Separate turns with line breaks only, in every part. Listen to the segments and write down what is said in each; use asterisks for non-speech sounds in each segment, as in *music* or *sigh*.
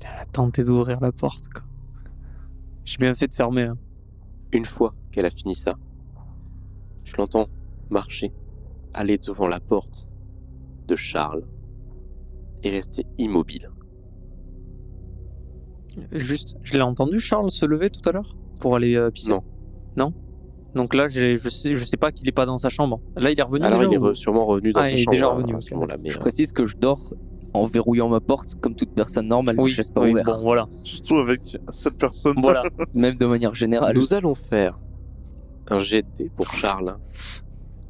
Elle a tenté d'ouvrir la porte, quoi. J'ai bien fait de fermer. hein.
Une fois qu'elle a fini ça, je l'entends marcher, aller devant la porte de Charles et rester immobile.
Juste, je l'ai entendu, Charles, se lever tout à l'heure pour aller euh, pisser.
Non.
Non Donc là, j'ai- je sais, je sais pas qu'il est pas dans sa chambre. Là, il est revenu.
Alors
déjà,
il est
ou-
re- sûrement revenu dans
Ah,
sa
il est
chambre
déjà
à-
revenu,
à
ok,
ce moment-là. Mais
Je
euh,
précise que je dors en verrouillant ma porte comme toute personne normale.
Oui,
J'espère
oui,
ouvert.
bon, voilà.
Surtout avec cette personne.
*laughs*
voilà.
Même de manière
Ah,
générale.
nous allons faire un jet de dés pour Charles. hein.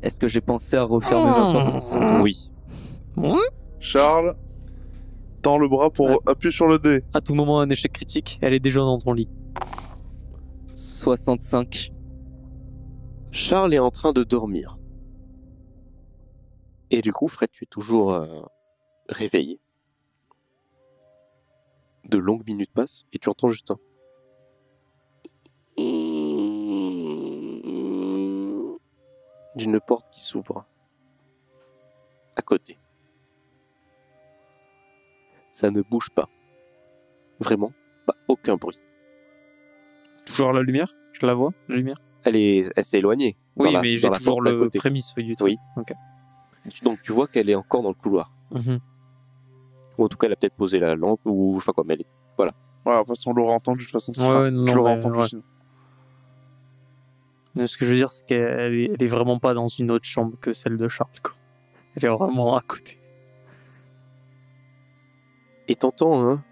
Est-ce que j'ai pensé à refermer ma porte
Oui.
Charles, tend le bras pour
Ouais.
appuyer sur le dé.
À tout moment, un échec critique, elle est déjà dans ton lit.
65.
Charles est en train de dormir. Et du coup, Fred, tu es toujours euh, réveillé. De longues minutes passent et tu entends juste un. d'une porte qui s'ouvre à côté. Ça ne bouge pas. Vraiment, pas aucun bruit.
Toujours la lumière Je la vois, la lumière
Elle est- elle s'est éloignée. dans
Oui,
la-
mais
dans
j'ai
la
toujours
porte d'à
le
côté.
prémisse oui, du truc.
Oui. Donc tu vois qu'elle est encore dans le couloir.
Mhm.
Ou en tout cas, elle a peut-être posé la lampe, ou je sais pas quoi, mais elle est-
Voilà, de toute façon, on l'aura entendu. De toute façon, c'est
Ouais,
ça.
ouais, non,
tu l'auras
mais,
entendu.
ouais.
sinon.
Mais Euh, Ce que je veux dire, c'est qu'elle elle est, elle est vraiment pas dans une autre chambre que celle de Charles. quoi. Elle est vraiment à côté.
Et t'entends, hein,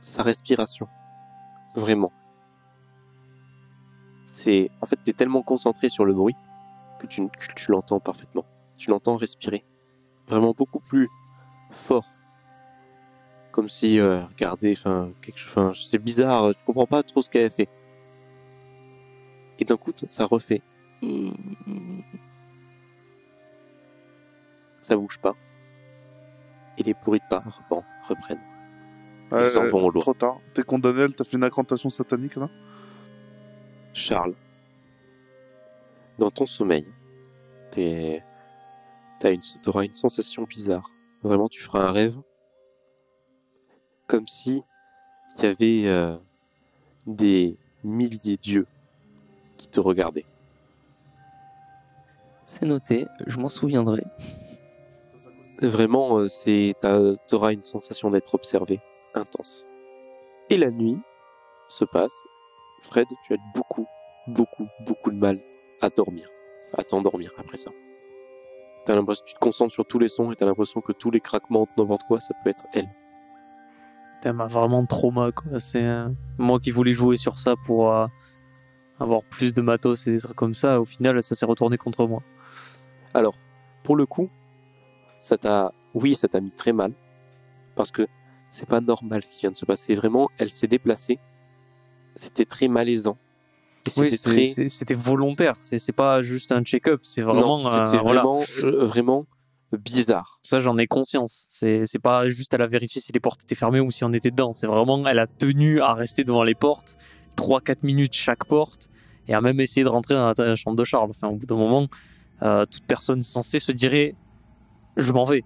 sa respiration. Vraiment. C'est, en fait, t'es tellement concentré sur le bruit que tu, que tu l'entends parfaitement. Tu l'entends respirer. Vraiment beaucoup plus fort. Comme si, euh, regardez, enfin, quelque chose, enfin, c'est bizarre, tu comprends pas trop ce qu'elle a fait. Et d'un coup, ça refait. Ça bouge pas. Et les bruits de pas reprend- reprennent. Ils
Ouais,
s'en vont au loin.
Trop tard. T'es condamné, elle t'a fait une incantation satanique là.
Charles, dans ton sommeil, t'es- t'as une, t'auras une sensation bizarre. Vraiment, tu feras un rêve. Comme si il y avait euh, des milliers d'yeux qui te regardaient.
C'est noté, je m'en souviendrai.
Vraiment, euh, c'est, t'as- t'auras une sensation d'être observé, intense. Et la nuit se passe. Fred, tu as beaucoup, beaucoup, beaucoup de mal à dormir, à t'endormir après ça. T'as l'impression, tu te concentres sur tous les sons et t'as l'impression que tous les craquements de n'importe quoi, ça peut être elle.
Putain, m'a vraiment trauma, quoi. C'est euh, moi qui voulais jouer sur ça pour euh, avoir plus de matos et des trucs comme ça. Au final, ça s'est retourné contre moi.
Alors, pour le coup, ça t'a, oui, ça t'a mis très mal parce que c'est pas normal ce qui vient de se passer. Vraiment, elle s'est déplacée. C'était très malaisant. Et
Oui,
c'était
c'est-
très
c'est- c'était volontaire. C'est c'est pas juste un check-up. C'est vraiment.
Non,
euh,
c'était
voilà.
vraiment, euh, vraiment bizarre.
Ça, j'en ai conscience. C'est c'est pas juste elle a vérifié si les portes étaient fermées ou si on était dedans. C'est vraiment, elle a tenu à rester devant les portes 3-4 minutes chaque porte et a même essayé de rentrer dans la, ta- chambre de Charles. Enfin, au bout d'un moment, euh, toute personne censée se dirait Je m'en vais.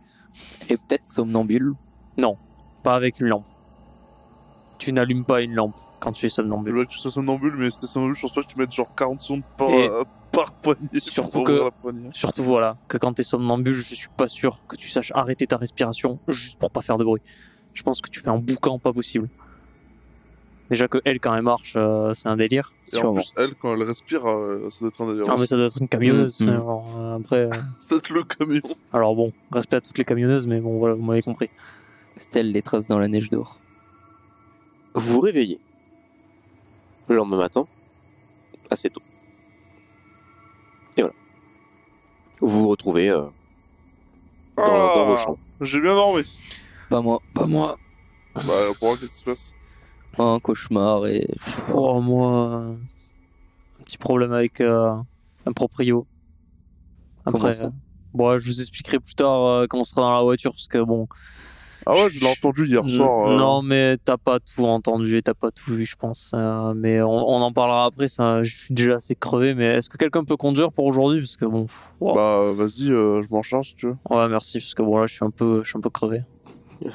Et peut-être somnambule.
Pas avec une lampe. Tu n'allumes pas une lampe quand tu es somnambule.
Je voulais que tu sois somnambule, mais si t'es somnambule, je pense pas que tu mettes genre 40 secondes par,
Et-
euh, par poignée. pour
Surtout
ouvrir
que-
la poignée.
Surtout voilà, que quand t'es somnambule, je suis pas sûr que tu saches arrêter ta respiration juste pour pas faire de bruit. Je pense que tu fais un boucan pas possible. Déjà que elle, quand elle marche, euh, c'est un délire.
Et en
Sûrement.
plus, elle, quand elle respire, euh, ça doit être un
Bah,
délire.
Ah mais ça doit être une camionneuse.
Mhm.
ça, alors, euh, après, euh,
*laughs* C'est peut-être le camion.
alors bon, respect à toutes les camionneuses, mais bon voilà, vous m'avez compris.
C'était les traces dans la neige dehors.
Vous vous réveillez le lendemain matin, assez tôt. Et voilà. Vous vous retrouvez euh, dans, dans vos
Ah,
chambres.
J'ai bien dormi.
Pas moi. Pas moi.
Bah, on pourra qu'est-ce qui se passe.
Un cauchemar et.
Oh moi, euh, un petit problème avec euh, un proprio. Après,
Comment ça
euh, bon, je vous expliquerai plus tard euh, quand on sera dans la voiture, parce que bon,
Ah ouais, je l'ai entendu hier
N-
soir. euh,
Non, mais t'as pas tout entendu et t'as pas tout vu, je pense. Euh, mais on, on en parlera après. Ça, je suis déjà assez crevé. Mais est-ce que quelqu'un peut conduire pour aujourd'hui Parce que bon, pff, wow.
Bah, euh, vas-y, euh, je m'en charge si tu veux.
ouais, merci. Parce que bon, là, je suis un peu, je suis un peu crevé.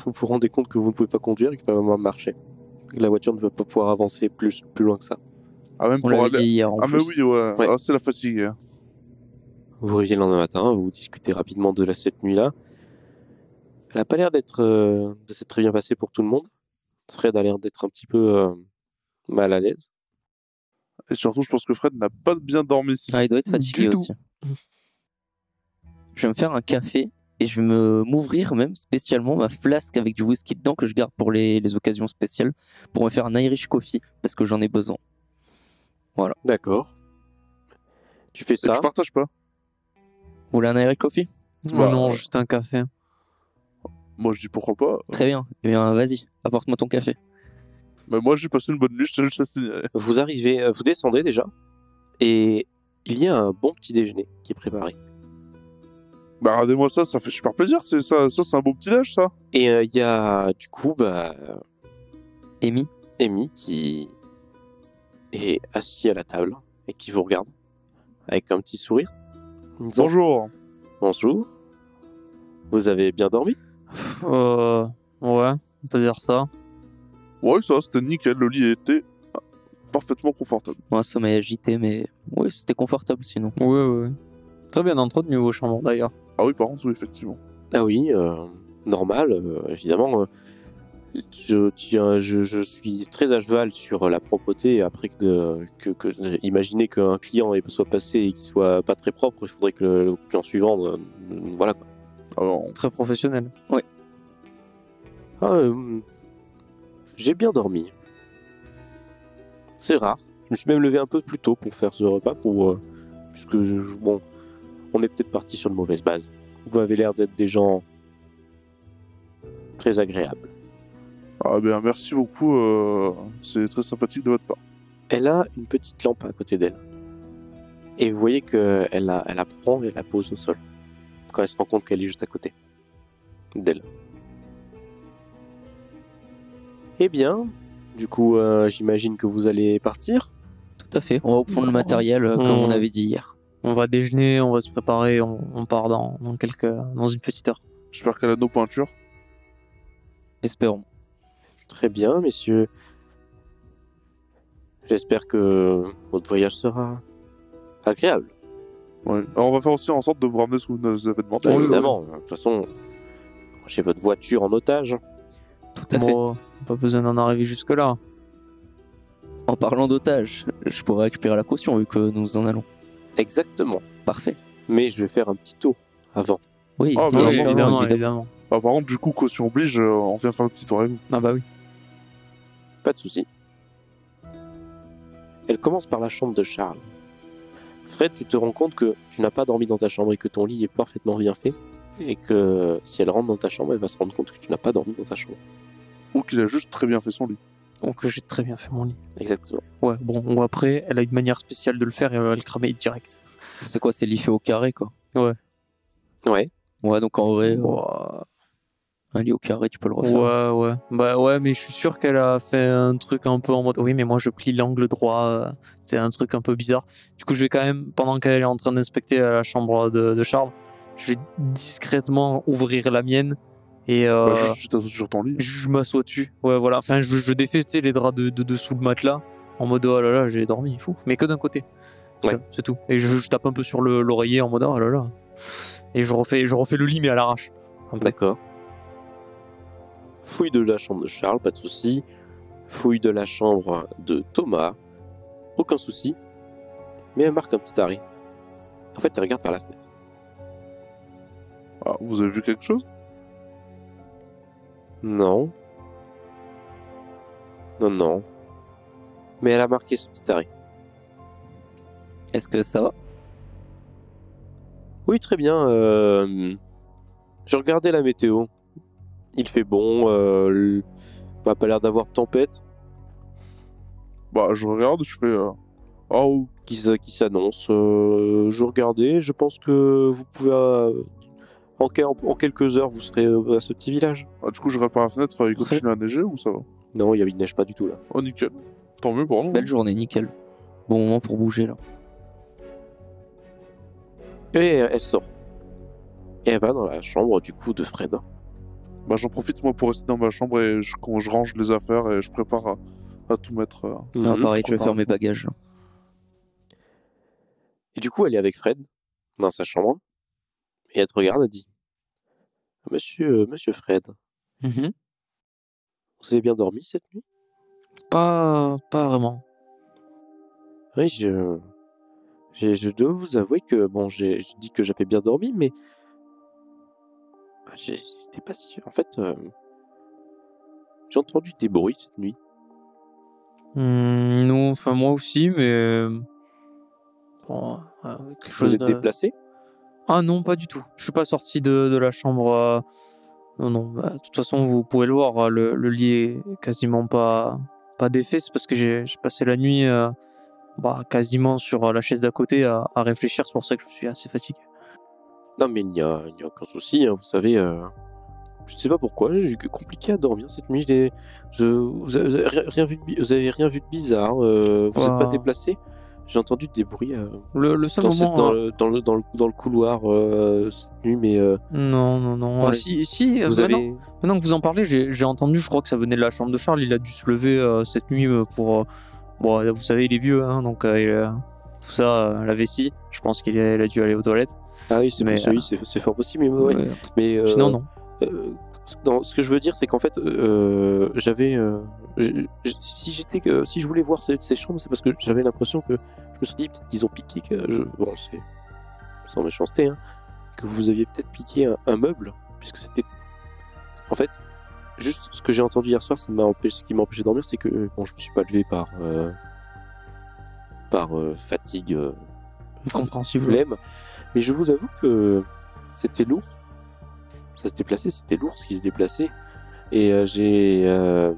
Vous vous rendez compte que vous ne pouvez pas conduire et qu'il va falloir marcher. La voiture ne va pas pouvoir avancer plus, plus loin que ça.
Ah, même
On
pour
l'avait
aller-
dit hier. En
Ah, mais
plus.
oui, ouais.
Ouais.
Ah, c'est la fatigue. hein.
Vous réveillez le lendemain matin, vous discutez rapidement de la, cette nuit-là. Elle n'a pas l'air d'être euh, de s'être très bien passée pour tout le monde. Fred a l'air d'être un petit peu euh, mal à l'aise.
Et surtout, je pense que Fred n'a pas bien dormi.
Ah, il doit être fatigué
Du tout.
aussi. Je vais me faire un café et je vais me m'ouvrir même spécialement ma flasque avec du whisky dedans que je garde pour les, les occasions spéciales pour me faire un Irish coffee parce que j'en ai besoin.
D'accord. Tu fais
Et
ça
tu partages pas
Vous voulez un Irish coffee
Non,
Bah,
Oh non,
ouais.
juste un café.
Moi, je dis pourquoi pas.
Très bien. Eh bien, vas-y, apporte-moi ton café.
Mais moi, j'ai passé une bonne nuit, je te laisse signaler.
Vous arrivez, euh, vous descendez déjà, et il y a un bon petit déjeuner qui est préparé.
Bah, regardez-moi ça, ça fait super plaisir. C'est ça, ça c'est un beau petit déj, ça.
Et euh, il y a du coup, bah,
Amy,
Amy qui est assis à la table et qui vous regarde avec un petit sourire. en disant,
Bonjour.
Bonjour. Vous avez bien dormi
Pff, euh, ouais, on peut dire ça.
Ouais, ça, c'était nickel. Le lit était ah, parfaitement confortable.
moi, ça m'a agité, mais oui, c'était confortable sinon.
Oui, oui. Très bien entretenu vos chambres d'ailleurs.
Ah oui, par contre, oui, effectivement.
Ah oui, euh, normal, euh, évidemment. euh, je, tiens, je, je suis très à cheval sur la propreté. Après que, de- que, que imaginez qu'un client soit passé et qu'il soit pas très propre, il faudrait que le, le client suivant, euh, voilà quoi.
Alors,
Très professionnel.
Ah, euh, j'ai bien dormi. C'est rare. Je me suis même levé un peu plus tôt pour faire ce repas, pour euh, puisque je- je- bon, on est peut-être parti sur de mauvaises bases. Vous avez l'air d'être des gens très agréables.
ah ben, merci beaucoup. euh, C'est très sympathique de votre part.
Elle a une petite lampe à côté d'elle. Et vous voyez que elle la, elle la prend et la pose au sol. Quand elle se rend compte qu'elle est juste à côté d'elle. Eh bien, du coup, euh, j'imagine que vous allez partir.
Tout à fait. On va prendre le matériel euh, comme
Mmh.
on avait dit hier.
On va déjeuner, on va se préparer, on, on part dans, dans quelques, dans une petite heure.
J'espère qu'elle a nos peintures.
Espérons.
Très bien, messieurs. J'espère que votre voyage sera agréable.
Ouais. Alors, on va faire aussi en sorte de vous ramener ce que vous nous avez demandé.
oui,
évidemment, de toute façon, j'ai votre voiture en otage.
Tout à fait.
Bon, pas besoin d'en arriver jusque là.
En parlant d'otages, je pourrais récupérer la caution vu que nous en allons.
Exactement.
Parfait.
Mais je vais faire un petit tour avant.
Oui.
Ah, bah,
Oh, Oui,
non,
évidemment,
non,
évidemment,
Ah, par contre, du coup, caution oblige, euh, on vient faire le petit tour avec vous.
Ah bah oui.
Pas de souci. Elle commence par la chambre de Charles. Fred, tu te rends compte que tu n'as pas dormi dans ta chambre et que ton lit est parfaitement bien fait. Et que si elle rentre dans ta chambre, elle va se rendre compte que tu n'as pas dormi dans ta chambre.
Ou qu'il a juste très bien fait son lit.
Donc euh, j'ai très bien fait mon lit.
Exactement.
Ouais, bon, ou après, elle a une manière spéciale de le faire et euh, elle va le cramer direct.
C'est quoi C'est liffé au carré, quoi.
Ouais.
Ouais, donc en vrai, euh,
Ouah.
un lit au carré, tu peux le
Ouais,
refaire.
ouais. Bah ouais, mais je suis sûr qu'elle a fait un truc un peu en mode. Oui, mais moi je plie l'angle droit. euh, C'est un truc un peu bizarre. Du coup, je vais quand même, pendant qu'elle est en train d'inspecter euh, la chambre de, de Charles, je vais discrètement ouvrir la mienne et euh,
Bah, juste, tu t'assois sur ton lit.
je m'assois dessus. Ouais, voilà. Enfin, je, je défais tu sais, les draps de, de dessous le matelas en mode oh là là, j'ai dormi, fou. Mais que d'un côté.
Ouais.
Voilà, C'est tout. Et je, je tape un peu sur le- l'oreiller en mode oh là là. Et je refais, je refais le lit, mais à l'arrache. Un peu.
D'accord. Fouille de la chambre de Charles, pas de souci. Fouille de la chambre de Thomas, aucun souci. Mais elle marque un petit arrêt. En fait, elle regarde par la fenêtre.
Ah, vous avez vu quelque chose
Non. Non, non. Mais elle a marqué ce petit arrêt.
Est-ce que ça va
Oui, très bien. euh, Je regardais la météo. Il fait bon. Euh... l- bah, pas l'air d'avoir de tempête
Bah, je regarde, je fais. euh, Ah, ou-
qui, s- qui s'annonce. Euh, Je regardais. Je pense que vous pouvez. euh, En, quel- en quelques heures, vous serez euh, à ce petit village.
ah, du coup, je regarde par la fenêtre,
*laughs*
euh, il continue à neiger ou ça va
Non, il y a- il neige pas du tout là.
Oh, nickel. Tant mieux pour nous.
Bah,
Belle journée, nickel. Bon moment pour bouger, là.
Et elle elle sort. Et elle va dans la chambre du coup de Fred.
Bah, j'en profite moi pour rester dans ma chambre et je, quand je range les affaires et je prépare à, à tout mettre. euh.
Mhm,
Ah, pareil, je vais
Trop
faire mes bagages.
Et du coup, elle est avec Fred dans sa chambre et elle te regarde et dit Monsieur, euh, Monsieur Fred,
Mhm.
vous avez bien dormi cette nuit
Pas, pas vraiment.
Oui, je, je, je dois vous avouer que bon, j'ai je dis que j'avais bien dormi, mais j'ai- c'était pas si. En fait, euh, j'ai entendu des bruits cette nuit.
Hmm, non, enfin moi aussi, mais euh, bon, euh, quelque
Je vous
chose
êtes
de...
déplacé
Ah non, pas du tout. Je suis pas sorti de, de la chambre. euh, Non, non. bah, de toute façon, vous pouvez le voir, euh, le, le lit est quasiment pas, pas défait. C'est parce que j'ai j'ai passé la nuit euh, bah, quasiment sur euh, la chaise d'à côté à, à réfléchir. C'est pour ça que je suis assez fatigué.
Non, mais il n'y a, il n'y a aucun souci, hein, vous savez. euh, je sais pas pourquoi, j'ai eu compliqué à dormir cette nuit. j'ai- je- vous, avez, vous avez rien- rien vu de, bi- vous avez rien vu de bizarre, euh, vous n'êtes pas
Ouah.
déplacé J'ai entendu des bruits euh,
Le, le seul
dans, cette-
moment.
dans
euh,
le, dans, le, dans, le, dans le couloir euh, cette nuit, mais euh,
Non, non, non. Ah,
Ouais,
si, si euh,
vous
maintenant,
avez.
maintenant que vous en parlez, j'ai j'ai entendu, je crois que ça venait de la chambre de Charles. Il a dû se lever euh, cette nuit euh, pour. euh, Bon, vous savez, il est vieux, hein, donc euh, il, euh, tout ça, euh, la vessie. Je pense qu'il a- il a dû aller aux toilettes.
Ah oui, c'est
Mais,
possible, oui, c'est- c'est fort possible, mais ouais.
Mais
Mais euh,
Sinon, non.
euh, non, ce que je veux dire, c'est qu'en fait, euh, j'avais, euh, j- j- si j'étais, que- si je voulais voir ces, ces chambres, c'est parce que j'avais l'impression que je me suis dit peut-être qu'ils ont piqué, que je, bon, c'est sans méchanceté, hein, que vous aviez peut-être piqué un, un meuble, puisque c'était, en fait, juste ce que j'ai entendu hier soir, ça m'a empêché, ce qui m'a empêché de dormir, c'est que bon, je me suis pas levé par euh, par euh, fatigue. euh,
Compréhensible.
flemme. Mais je vous avoue que c'était lourd. Ça se déplaçait, c'était lourd ce qui se déplaçait. Et euh, j'ai, euh,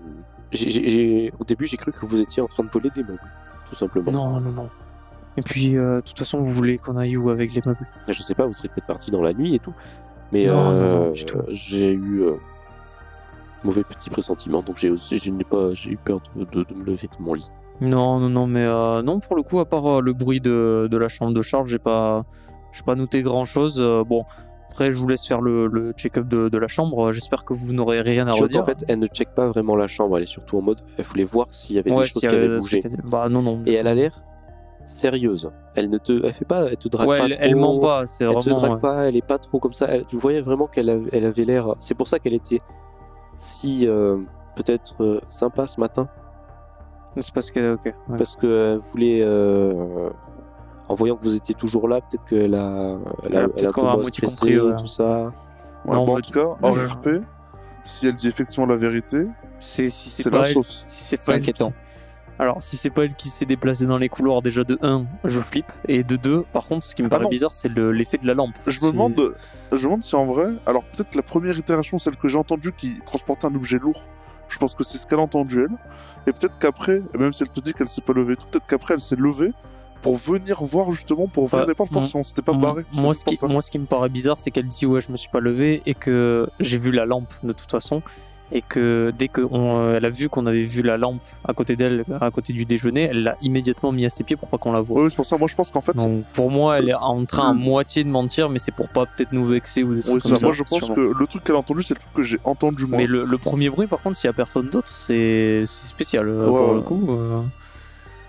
j'ai- j'ai- j'ai- au début, j'ai cru que vous étiez en train de voler des meubles, tout simplement.
Non, non, non. Et puis, euh, de toute façon, vous voulez qu'on aille où avec les meubles
Mais Je sais pas, vous serez peut-être parti dans la nuit et tout. Mais
Non, non,
euh,
non, du tout.
j'ai eu euh, mauvais petit pressentiment, donc j'ai aussi, je n'ai pas, j'ai eu peur de, de- de me lever de mon lit.
Non, non, non, mais euh, non, pour le coup, à part euh, le bruit de, de la chambre de Charles, j'ai pas, j'ai pas noté grand chose. bon, après, je vous laisse faire le, le check-up de, de la chambre. euh, J'espère que vous n'aurez rien à
Je vois
redire.
qu'en fait, elle ne check pas vraiment la chambre. Elle est surtout en mode, elle voulait voir s'il y avait
Ouais,
des choses
s'il y
qui
avait-
avaient bougé.
Bah, non, non.
et elle a l'air sérieuse. Elle ne te, elle fait pas, elle te drague
ouais,
pas
elle,
trop.
elle ment pas, c'est
Elle te
vraiment.
drague
ouais.
pas. Elle est pas trop comme ça. Elle- tu voyais vraiment qu'elle, av- elle avait l'air. C'est pour ça qu'elle était si euh, peut-être euh, sympa ce matin
C'est parce que, ok. ouais.
parce que elle voulait. euh, en voyant que vous étiez toujours là, peut-être qu'elle a, elle
Ah,
a,
peut-être
elle a un
qu'on
peu
a
moins
moitié
stressé,
compris, ouais.
tout ça.
Ouais,
Non,
bah, en
mais-
tout cas, en RP, si elle dit effectivement la vérité,
C'est si c'est
c'est
pas
la
elle-
sauce.
si c'est
C'est
pas elle qui-
inquiétant.
Alors, si c'est pas elle qui s'est déplacée dans les couloirs, déjà de 1, je flippe. Et de 2, par contre, ce qui me
Ah
paraît
non.
bizarre, c'est le- l'effet de la lampe.
Je
C'est-
me demande, je me demande si en vrai, alors peut-être la première itération, celle que j'ai entendue qui transportait un objet lourd, je pense que c'est ce qu'elle a entendu elle, et peut-être qu'après, même si elle te dit qu'elle s'est pas levée, et tout, peut-être qu'après elle s'est levée pour venir voir justement, pour ouvrir
Ouais,
les portes,
moi-
forcément, c'était pas
Moi-
barré. c'est
Moi, ce
pour
qui,
ça.
moi, ce qui me paraît bizarre, c'est qu'elle dit ouais, je me suis pas levé et que j'ai vu la lampe de toute façon et que dès que on, euh, elle a vu qu'on avait vu la lampe à côté d'elle, à côté du déjeuner, elle l'a immédiatement mis à ses pieds pour pas qu'on la voie.
Ouais, ouais, c'est pour ça, moi je pense qu'en fait,
Donc pour moi, elle est en train à moitié de mentir, mais c'est pour pas peut-être nous vexer ou des trucs
Hmm. ouais,
comme
ça,
ça.
moi je pense
sûrement.
que le truc qu'elle a entendu, c'est le truc que j'ai entendu moi.
Mais le, le premier bruit, par contre, s'il y a personne d'autre, c'est c'est spécial euh,
Ouais,
pour le
ouais.
coup. euh.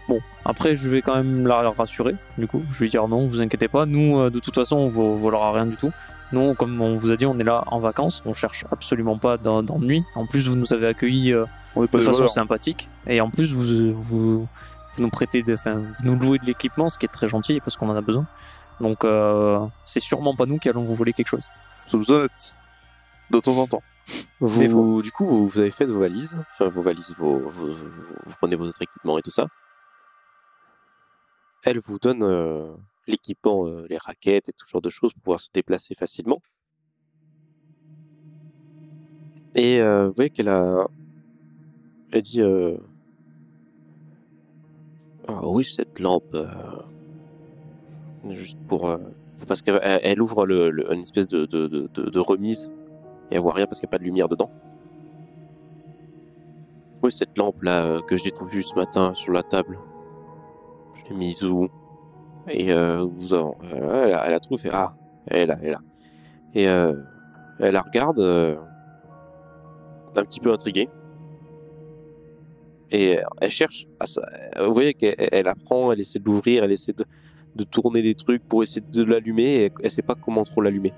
Bon, après, je vais quand même la rassurer. Du coup, je vais lui dire non, vous inquiétez pas. Nous, euh, de toute façon, on vous volera rien du tout. Nous, comme on vous a dit, on est là en vacances. On cherche absolument pas d'en- d'ennui. En plus, vous nous avez accueillis euh,
On n'est pas
de
des
façon
voleurs.
sympathique. Et en plus, vous, vous, vous nous prêtez, de, enfin, vous nous louez de l'équipement, ce qui est très gentil parce qu'on en a besoin. Donc, euh, c'est sûrement pas nous qui allons vous voler quelque chose.
Nous sommes honnêtes. De temps en temps.
Vous,
Des fois.
du coup, vous, vous avez fait vos valises, enfin vos valises, vos, vos- vos- vous prenez vos autres équipements et tout ça. Elle vous donne euh, l'équipement, euh, les raquettes et tout ce genre de choses pour pouvoir se déplacer facilement. Et euh, vous voyez qu'elle a, elle dit, euh, ah oui cette lampe, euh, juste pour, euh, parce qu'elle elle- elle ouvre le, le- une espèce de, de- de- de- de remise et elle voit rien parce qu'il n'y a pas de lumière dedans. Oui, cette lampe là euh, que j'ai trouvée ce matin sur la table. Je l'ai mise où Et euh, vous en- euh, elle, a, elle a trouvé. Ah, elle est là, elle est là. Et euh, elle la regarde. euh, un petit peu intriguée. Et euh, elle cherche à sa- euh, Vous voyez qu'elle elle- elle apprend, elle essaie de l'ouvrir, elle essaie de, de tourner des trucs pour essayer de l'allumer et elle, elle sait pas comment trop l'allumer.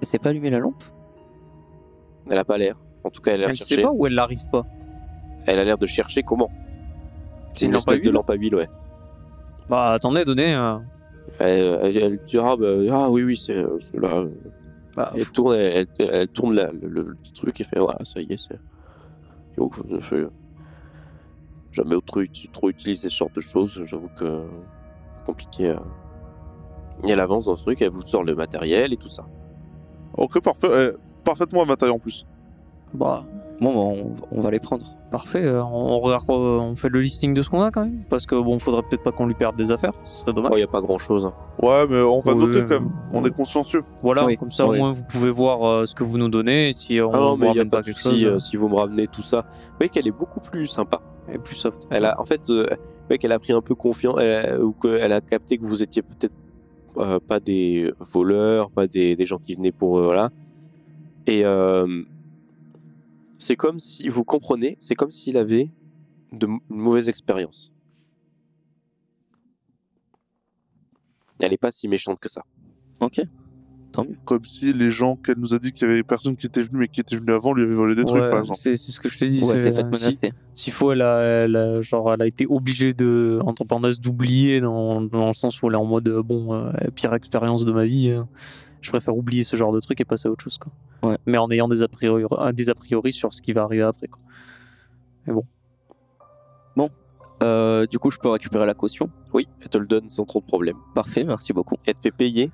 Elle s'est pas allumée la lampe
Elle a pas l'air. En tout cas, elle a l'air
Elle
de
sait
chercher.
pas ou elle l'arrive pas.
Elle a l'air de chercher comment. C'est
Une
une
lampe à
espèce de
huile
lampe à huile, ouais.
Bah attendez, donnez. euh,
Elle, elle, elle dit ah, bah, ah oui oui c'est c'est là.
bah,
Elle tourne, elle, elle- elle tourne la- le, le- le truc et fait voilà ça y est c'est. Yo, je fais- euh, Jamais autre, trop utilisé ce genre de choses. J'avoue que compliqué. hein. Et elle avance dans ce truc, elle vous sort le matériel et tout ça.
Ok, parfait. eh, parfaitement à ma taille en plus.
bah,
Bon, bah, on, on va les prendre.
Parfait, euh, on, regarde, quoi, euh, on fait le listing de ce qu'on a quand même. Parce que bon, faudrait peut-être pas qu'on lui perde des affaires, ce serait
Il
dommage.
n'y Oh, a pas hein. grand chose.
Ouais, mais on va
Ouais.
noter quand même. On est consciencieux.
Voilà,
Oui,
comme ça
oui.
au moins vous pouvez voir euh, ce que vous nous donnez. et Si euh, on
Ah non,
vous
mais il n'y a
ramène
pas
pas
de
quelque
souci.
chose, hein.
euh, si vous me ramenez tout ça. Vous voyez qu'elle est beaucoup plus sympa.
et plus soft.
Elle a, en fait, euh, vous voyez qu'elle a pris un peu confiance, elle a- ou qu'elle a capté que vous étiez peut-être euh, pas des voleurs, pas des, des gens qui venaient pour euh, voilà. Et euh, c'est comme si vous comprenez, c'est comme s'il avait de, m- une mauvaise expérience. Elle n'est pas si méchante que ça.
Ok.
Comme si les gens qu'elle nous a dit qu'il y avait personne qui était venu mais qui était venu avant lui avait volé des trucs,
Ouais,
par exemple.
C'est c'est ce que je te dis.
Ouais,
c'est- euh,
c'est fait
si-
menacer.
S'il faut, elle a, elle a- genre, elle a été obligée de, entre parenthèses, d'oublier dans, dans le sens où elle est en mode euh, bon, euh, pire expérience de ma vie. euh, je préfère oublier ce genre de truc et passer à autre chose. Quoi.
Ouais.
Mais en ayant des a, priori, euh, des a priori sur ce qui va arriver après. Quoi.
Euh, du coup, je peux récupérer la caution.
Oui, elle te le donne sans trop de problème.
Parfait, merci beaucoup.
Elle te fait payer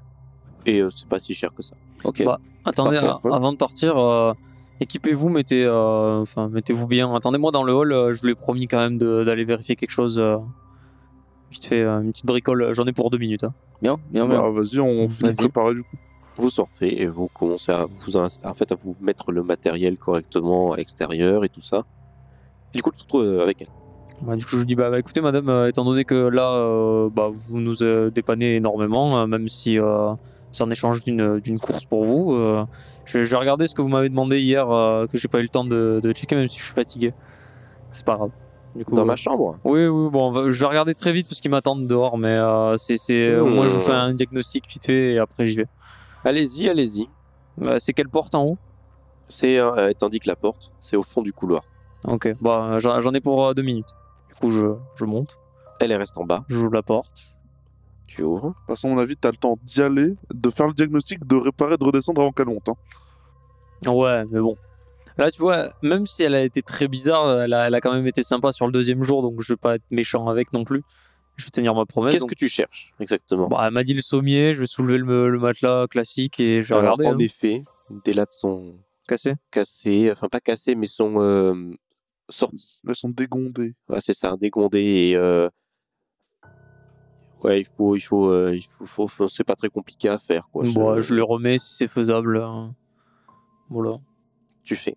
et euh, c'est pas si cher que ça.
Ok.
Bah, Attendez,
parfait,
a-
ça.
avant de partir, euh, équipez-vous, mettez, euh, enfin, mettez-vous bien. Attendez-moi dans le hall, euh, je lui ai promis quand même de- d'aller vérifier quelque chose. euh. je te fais euh, une petite bricole, j'en ai pour deux minutes. hein.
Bien, bien, bien.
Bah, vas-y, on finit de
Vas-y.
préparer du coup.
Vous sortez et vous commencez à vous, inst- en fait, à vous mettre le matériel correctement à l'extérieur et tout ça. Et du coup, tu te retrouves euh, avec elle.
Bah, du coup, je lui dis, bah, bah, écoutez, madame, euh, étant donné que là, euh, bah, vous nous euh, dépannez énormément, euh, même si euh, c'est en échange d'une d'une course pour vous, euh, je, vais, je vais regarder ce que vous m'avez demandé hier, euh, que j'ai pas eu le temps de, de checker, même si je suis fatigué. C'est pas grave. Du coup,
Dans
euh,
ma chambre.
Oui, oui, bon, on va- je vais regarder très vite parce qu'ils m'attendent dehors, mais euh, c'est, c'est, au moins je vous fais un diagnostic vite fait et après j'y vais.
Allez-y, allez-y.
Euh, c'est quelle porte en haut
C'est, euh, euh, tandis que la porte, c'est au fond du couloir.
Ok, bah, euh, j'en, j'en ai pour euh, deux minutes. Du coup, je, je monte,
Elle elle reste en bas.
j'ouvre la porte.
Tu ouvres.
Parce qu'à mon avis, t'as le temps d'y aller, de faire le diagnostic, de réparer, de redescendre avant qu'elle monte. hein.
Ouais, mais bon. Là, tu vois, même si elle a été très bizarre, elle a, elle a quand même été sympa sur le deuxième jour, donc je vais pas être méchant avec non plus. Je vais tenir ma promesse.
Qu'est-ce
donc- Bah,
que tu cherches exactement
Bon, elle m'a dit le sommier, je vais soulever le, le matelas classique et je vais
Alors,
regarder.
En
hein.
effet, des lattes sont
Cassé
cassées, enfin pas cassées, mais sont euh, sorties.
Elles sont dégondées.
Ouais, c'est ça, dégondées et euh, ouais, il faut, il faut, euh, il faut, faut- faut- c'est pas très compliqué à faire quoi.
Bon,
C'est-
je les remets si c'est faisable. hein. Voilà.
tu fais.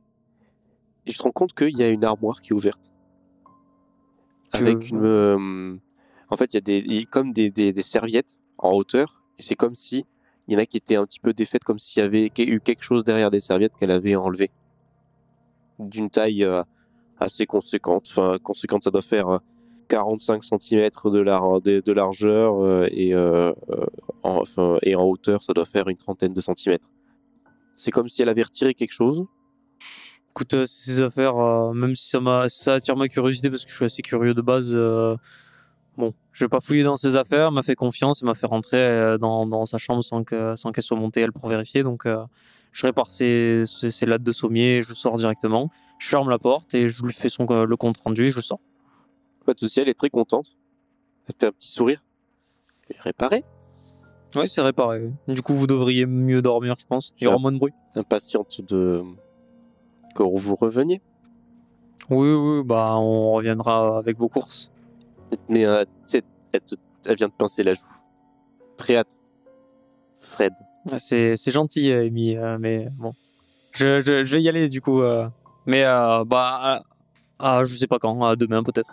Et je te rends compte qu'il y a une armoire qui est ouverte.
Tu
Avec
veux-
une. euh, en fait, il y a des, il- comme des, des- des serviettes en hauteur. Et c'est comme si. Il y en a qui étaient un petit peu défaites, comme s'il y avait qu'il y a eu quelque chose derrière des serviettes qu'elle avait enlevé. D'une taille euh, assez conséquente. Enfin, conséquente, ça doit faire euh, 45 cm de, lar- de, de largeur euh, et, euh, euh, en, enfin, et en hauteur, ça doit faire une trentaine de centimètres. C'est comme si elle avait retiré quelque chose
Écoute, euh, ces affaires, euh, même si ça, m'a- ça attire ma curiosité parce que je suis assez curieux de base, euh, bon, je vais pas fouiller dans ses affaires. Elle m'a fait confiance et m'a fait rentrer euh, dans, dans sa chambre sans que sans qu'elle soit montée elle pour vérifier. Donc, euh, je répare ses, ses- ses lattes de sommier, je sors directement, je ferme la porte et je lui fais son euh, le compte rendu et je sors.
Pas de souci, elle est très contente. Elle fait un petit sourire. Elle est réparée.
Oui, c'est réparé. oui. Du coup, vous devriez mieux dormir, je pense. Il y
J'ai
aura
un-
moins de bruit.
Impatiente de que vous reveniez.
Oui, oui, bah, on reviendra avec vos courses.
Mais euh, elle, te- elle vient de pincer la joue. Très hâte. Fred.
Ah, C'est c'est gentil, euh, Amy, euh, mais bon. Je, je- je vais y aller, du coup. euh, Mais euh, bah, à- à- je sais pas quand, à demain peut-être.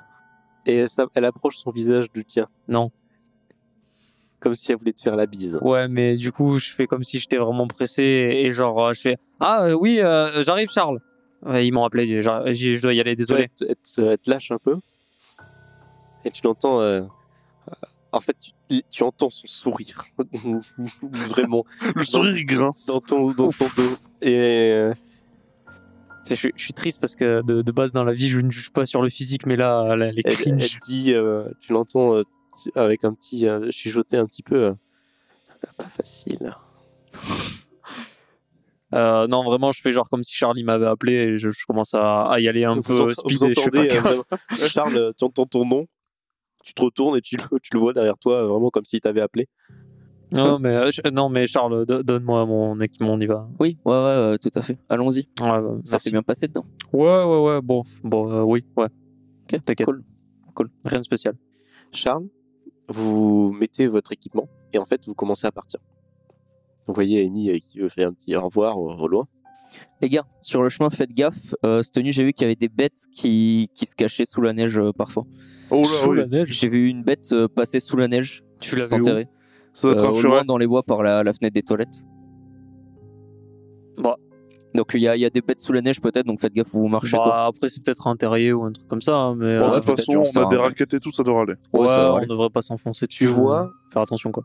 Et elle, s'app- elle approche son visage du tien.
Non.
comme si elle voulait te faire la bise.
Ouais, mais du coup, je fais comme si j'étais vraiment pressé et genre, euh, je fais Ah euh, oui, euh, j'arrive, Charles. Ouais, ils m'ont appelé, j'ai- j'ai- je dois y aller, désolé.
Ouais, elle, te, elle te lâche un peu. Et tu l'entends. euh, en fait, tu, tu entends son sourire. *laughs* Vraiment.
Le sourire, il grince.
dans ton, dans ton dos. Et. euh,
Tu sais, Je, suis- je suis triste parce que de, de base, dans la vie, je ne juge pas sur le physique, mais là, là, les
elle, elle
cringe.
te dit, euh, tu l'entends euh, tu- avec un petit euh, chuchoter un petit peu. euh, pas facile.
Euh, non, vraiment, je fais genre comme si Charlie m'avait appelé et je, je commence à, à y aller un
Vous
peu
ent-
speed
vous
et je fais pas
entendez, euh,
gaffe.
vraiment- Charles, euh, tu entends ton nom, tu te retournes et tu le, tu le vois derrière toi, euh, vraiment comme s'il t'avait appelé.
non, mais, euh, je- non, mais Charles, do- donne-moi mon équipement, on y va.
Oui, ouais, ouais, euh, tout à fait. Allons-y.
Ouais, ouais,
Ça s'est bien passé dedans.
Ouais, ouais, ouais, bon, bon euh, oui, ouais,
Ok,
T'inquiète.
Cool.
rien de spécial.
Charles, vous mettez votre équipement et en fait, vous commencez à partir. Vous voyez Amy euh, qui veut faire un petit au revoir euh, au, au loin.
Les gars, sur le chemin, faites gaffe. Euh, cette nuit, j'ai vu qu'il y avait des bêtes qui, qui se cachaient sous la neige euh, parfois.
Oh là,
Sous
oui.
la neige.
J'ai vu une bête euh, passer sous la neige.
Tu l'as vu
S'enterrer.
Ça doit être
Euh,
un
au
furet.
loin dans les bois par la, la fenêtre des toilettes.
Bah.
Donc il y, a- il y a des bêtes sous la neige peut-être, donc faites gaffe où vous marchez. quoi.
Bah, après, c'est peut-être un terrier ou un truc comme ça, hein, mais euh,
Ouais,
Bon, de toute
peut-être
façon,
j'en sais
on a des
rien.
raquettes et tout, ça devrait aller.
Bah, ouais,
ça va
on
aller.
devrait pas s'enfoncer dessus.
Tu vois
mais Faire attention, quoi.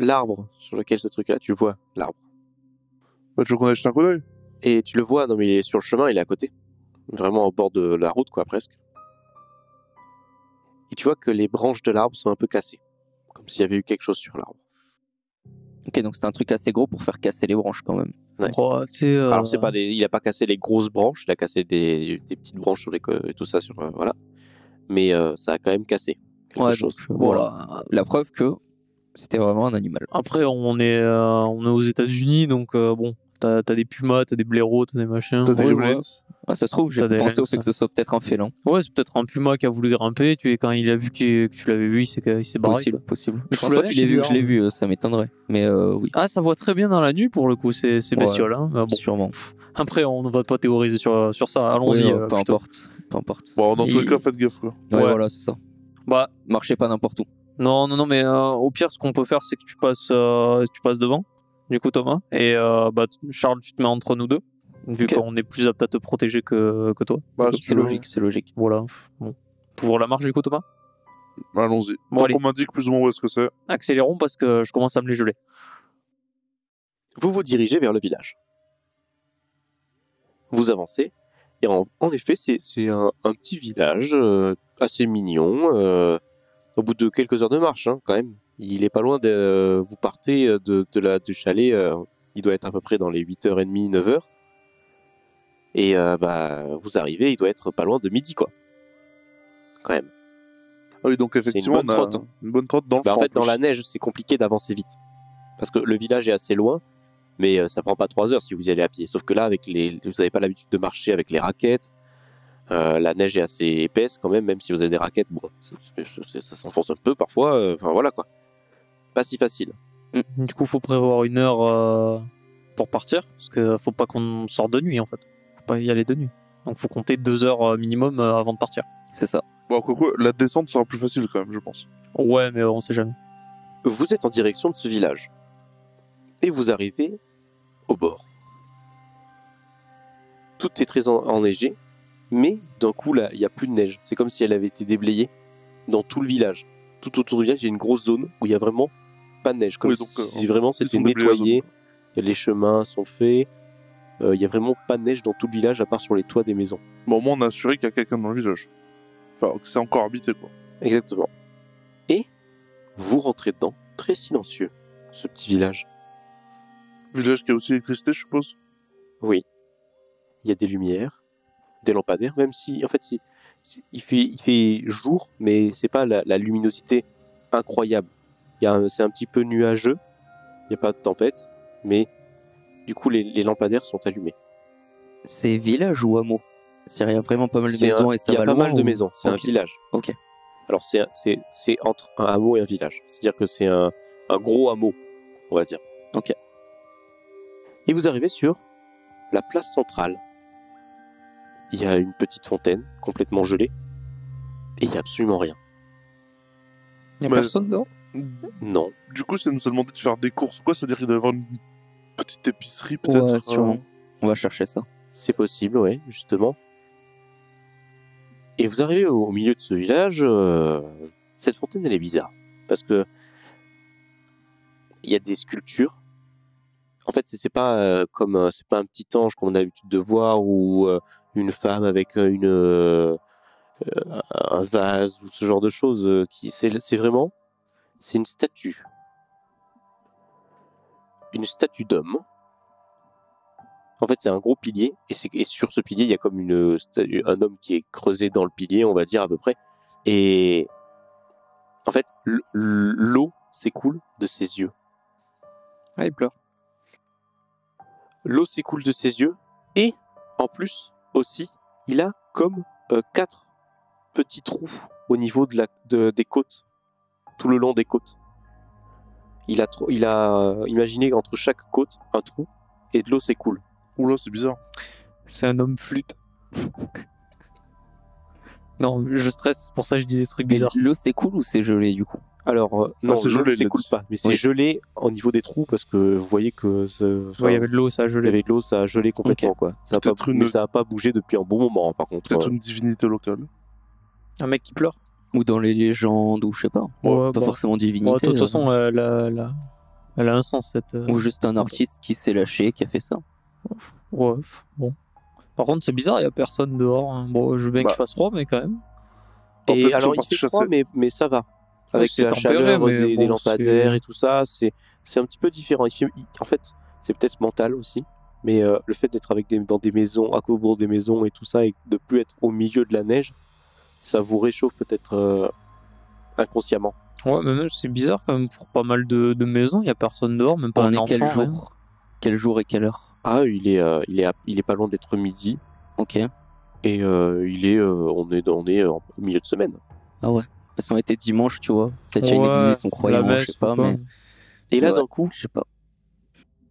l'arbre sur lequel ce truc-là, tu vois l'arbre.
Bah, tu veux qu'on aille jeter un coup d'œil
Et tu le vois, non mais il est sur le chemin, il est à côté. Vraiment au bord de la route, quoi, presque. Et tu vois que les branches de l'arbre sont un peu cassées. Comme s'il y avait eu quelque chose sur l'arbre.
Ok, donc c'est un truc assez gros pour faire casser les branches quand même.
Ouais.
Oh, tu sais, euh,
Alors, c'est pas des- il a pas cassé les grosses branches, il a cassé des, des petites branches sur les, co- et tout ça, sur, euh, voilà. Mais euh, ça a quand même cassé quelque
Ouais,
chose.
donc, euh, voilà. La preuve que c'était vraiment un animal.
Après, on est, euh, on est aux États-Unis, donc euh, bon, t'as as des pumas, t'as des blaireaux, t'as des machins.
T'as des
ouais,
Gremlins
Ah, ça se trouve, j'ai
T'as des
pensé au
lynx,
fait que ce soit peut-être un félin.
Ouais, c'est peut-être un puma qui a voulu grimper. Tu, quand il a vu qu'il- que tu l'avais vu, il s'est il s'est barré.
Possible,
quoi.
possible.
Bah, Mais
Je
sous
pense
la
pas
neige,
qu'il ait
c'est
vu que je l'ai
bizarre.
vu, euh, ça m'étonnerait. Mais euh, oui,
Ah, ça voit très bien dans la nuit pour le coup, ces, ces
Ouais.
bestioles. hein. Mais bon,
sûrement.
après, on ne va pas théoriser sur, sur ça. Allons-y.
Oui, euh,
euh,
peu
plutôt.
importe. Peu importe.
Bon, dans tous les
Et-
cas, faites gaffe, quoi.
Ouais,
Ouais.
voilà, c'est ça.
Bah,
Marchez pas n'importe où.
non, non, non, mais euh, au pire, ce qu'on peut faire, c'est que tu passes, euh, tu passes devant, du coup, Thomas. Et euh, bah, t- Charles, tu te mets entre nous deux, vu
Ok.
qu'on est plus apte à te protéger que, que toi.
Bah,
Donc,
si
c'est
tu veux.
logique, c'est logique.
Voilà. Bon. Pour la marche, du coup, Thomas
Bah, Allons-y.
Bon,
Donc,
allez.
on m'indique plus ou moins où est-ce que c'est.
Accélérons parce que je commence à me les geler.
Vous vous dirigez vers le village. Vous avancez. Et en, en effet, c'est c'est un, un petit village euh, assez mignon. euh, au bout de quelques heures de marche, hein, quand même. Il est pas loin de. vous partez euh, de, de la, du chalet. euh, il doit être à peu près dans les 8h30, 9h. Et euh, bah, vous arrivez, il doit être pas loin de midi, quoi. Quand même.
Ah oui, donc
une
effectivement,
bonne
on a
trotte, hein.
une bonne trotte dans le
Bah, en
froid,
fait, dans
plus.
la neige, c'est compliqué d'avancer vite. Parce que le village est assez loin, mais euh, ça prend pas trois heures si vous y allez à pied. Sauf que là, avec les, vous n'avez pas l'habitude de marcher avec les raquettes. Euh, la neige est assez épaisse quand même, même si vous avez des raquettes, bon, c'est- c'est- c'est- ça s'enfonce un peu parfois. euh, Enfin voilà quoi. Pas si facile.
Du coup, faut prévoir une heure euh, pour partir, parce que faut pas qu'on sorte de nuit en fait. Faut pas y aller de nuit. Donc, faut compter deux heures euh, minimum euh, avant de partir.
C'est ça.
Bon, quoi, quoi, la descente sera plus facile quand même, je pense.
Ouais, mais on sait jamais.
Vous êtes en direction de ce village. Et vous arrivez au bord. Tout est très en- enneigé, mais d'un coup, là, il n'y a plus de neige. C'est comme si elle avait été déblayée dans tout le village. Tout autour du village, il y a une grosse zone où il n'y a vraiment pas de neige. Comme
Oui, donc,
si
euh,
vraiment
ils
c'était
sont déblayés, la zone,
nettoyé, euh, les chemins sont faits. Euh, Il n'y a vraiment pas de neige dans tout le village, à part sur les toits des maisons.
Bon, au moins, on a assuré qu'il y a quelqu'un dans le village. Enfin, que c'est encore habité, quoi.
Exactement. Et vous rentrez dedans, très silencieux, ce petit village.
Village qui a aussi l'électricité, je suppose.
Oui. Il y a des lumières, des lampadaires, même si, en fait, il, c'est- il fait, il fait jour, mais c'est pas la, la luminosité incroyable. Il y a un- C'est un petit peu nuageux, il n'y a pas de tempête, mais du coup, les, les lampadaires sont allumés.
C'est village ou hameau C'est il y a vraiment pas mal de
C'est
maisons
un-
et ça
il y a
va
pas
loin
mal de
ou-
maisons, c'est
Ok.
un village.
Ok.
Alors, c'est un- c'est c'est entre un hameau et un village. C'est-à-dire que c'est un, un gros hameau, on va dire.
Ok.
Et vous arrivez sur la place centrale. Il y a une petite fontaine complètement gelée. Et il n'y a absolument rien.
Y a
Mais-
euh,
personne dehors
Non.
Du coup, si elle nous a demandé de faire des courses ou quoi, ça veut dire qu'il doit y avoir une petite épicerie peut-être.
Ouais, sûrement.
euh,
On va chercher ça.
C'est possible, ouais, justement. Et vous arrivez au, au milieu de ce village. euh, cette fontaine, elle est bizarre. Parce que. Il y a des sculptures. En fait, c'est- c'est pas euh, comme. euh, C'est pas un petit ange qu'on a l'habitude de voir ou euh, une femme avec euh, une. euh, euh, un vase ou ce genre de choses. euh, qui C'est c'est vraiment. C'est une statue. Une statue d'homme. En fait, c'est un gros pilier, et, c'est- et sur ce pilier, il y a comme une, statue- un homme qui est creusé dans le pilier, on va dire à peu près. Et en fait, l- l- l'eau s'écoule de ses yeux.
Ah, il pleure.
L'eau s'écoule de ses yeux, et en plus aussi, il a comme euh, quatre petits trous au niveau de la, de- des côtes, tout le long des côtes. Il a, tro- il a euh, imaginé entre chaque côte un trou, et de l'eau s'écoule.
euh, Oula, c'est bizarre.
C'est un homme flûte. *laughs* non, je stresse, c'est pour ça que je dis des trucs
Mais
bizarres.
L'eau, c'est cool ou c'est gelé du coup
Alors, euh, non,
c'est
c'est
gelé,
gelé,
là-dessus.
s'écoule pas, mais c'est
Oui.
gelé au niveau des trous parce que vous voyez que ce- enfin,
Ouais, il y avait de l'eau, ça a
il y
gelé.
avait de l'eau, ça a gelé complètement quoi. Ça a pas,
Peut-être une-
Mais ça a pas bougé depuis un bon moment par contre.
Peut-être
Euh,
une divinité locale.
Un mec qui pleure.
Ou dans les légendes, ou je sais pas.
Ouais,
pas
bah.
forcément divinité.
Ouais, de toute
euh,
façon, euh, la- la- elle a un sens cette. euh,
Ou juste un artiste qui s'est lâché, qui a fait ça.
Ouais, pff, bon. Par contre, c'est bizarre, il n'y a personne dehors. hein. Bon, je veux bien
Bah.
qu'il fasse froid, mais quand même.
Quand peut-être
Et
qu'ils
alors
sont
il
partis
fait
chasser.
froid, mais, mais ça va. Avec
Ah, c'est
la
tempéré,
chaleur
mais
des, des
bon,
lampadaires
c'est-
et tout ça, c'est c'est un petit peu différent. Il fait- il- en fait, c'est peut-être mental aussi, mais euh, le fait d'être avec des, dans des maisons, à cobourg des maisons et tout ça, et de plus être au milieu de la neige, ça vous réchauffe peut-être euh, inconsciemment.
Ouais, mais même, c'est bizarre quand même pour pas mal de, de maisons, il n'y a personne dehors, même pas
On
un
est
enfant.
quel
rien.
jour Quel jour et quelle heure
Ah, il est, euh, il est, à- il est pas loin d'être midi.
Ok.
Et euh, il est, euh, on est, on est euh, au milieu de semaine.
Parce qu'on était dimanche, tu vois. Peut-être qu'il y a une
Ouais,
église, ils sont
La
croyants,
messe
je sais
ou
pas, mais.
Et là,
Ouais.
d'un coup,
Je sais pas.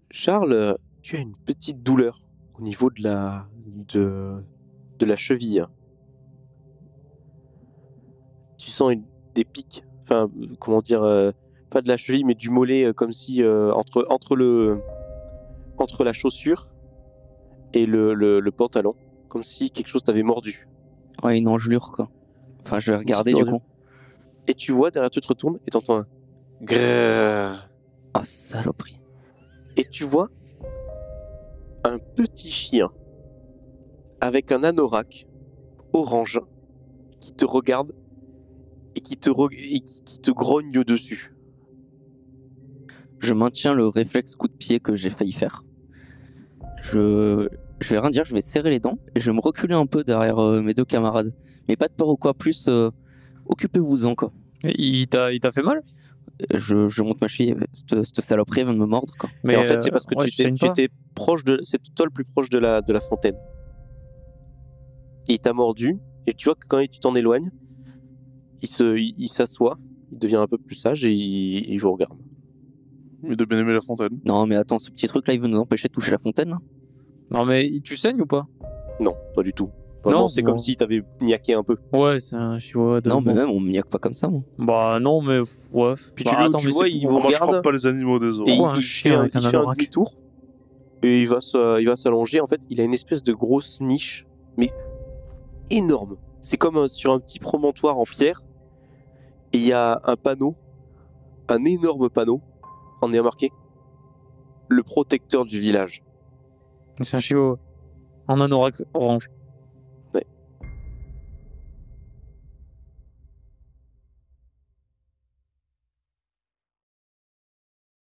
Charles, euh, tu as une petite douleur au niveau de la, de, de la cheville. Tu sens une- des pics. Enfin, euh, comment dire, euh, pas de la cheville, mais du mollet, euh, comme si euh, entre, entre, le, entre la chaussure et le, le- le pantalon, comme si quelque chose t'avait mordu.
Ouais, une engelure, quoi. Enfin, je vais regarder du
petite
coup.
Et tu vois, derrière, tu te retournes et t'entends un grrrr.
Oh, saloperie.
et tu vois un petit chien avec un anorak orange qui te regarde et qui te, re- et qui, qui te grogne dessus.
Je maintiens le réflexe coup de pied que j'ai failli faire. Je. Je vais rien dire, je vais serrer les dents et je vais me reculer un peu derrière euh, mes deux camarades. Mais pas de peur ou quoi, plus euh, occupez-vous-en quoi.
Et Il t'a il t'a fait mal
Euh, Je, je monte ma cheville, euh, cette, cette saloperie va me mordre quoi.
Mais en fait, c'est
euh,
parce que
ouais,
tu, t'es-
saignes
tu
pas
étais proche de, c'est toi le plus proche de la, de la fontaine. Et il t'a mordu et tu vois que quand tu t'en éloignes, il se, il, il s'assoit, il devient un peu plus sage et il, il vous regarde.
Mais de bien aimer la fontaine.
Non mais attends, ce petit truc là il veut nous empêcher de toucher la fontaine hein. là.
Non, mais tu saignes ou pas
Non, pas du tout. Vraiment,
Non,
c'est
bon.
comme si t'avais niaqué un peu.
Ouais, c'est un chihuahua de.
Non mais même on me niaque pas comme ça moi.
Bah non, mais pff, ouais.
Puis
Bah,
tu le-
attends,
tu
mais
vois,
c'est
il
pour-
vous
Moi, je
regarde.
crois pas les animaux des autres.
Et
Pourquoi
il,
un
il
chien
fait un,
avec un
il fait un
anorak
demi-tour et il va se- il va s'allonger. En fait, il a une espèce de grosse niche, mais énorme. C'est comme un- sur un petit promontoire en pierre. Et il y a un panneau, un énorme panneau, on est marqué le protecteur du village.
C'est un chihuahua. hein. En anorak orange.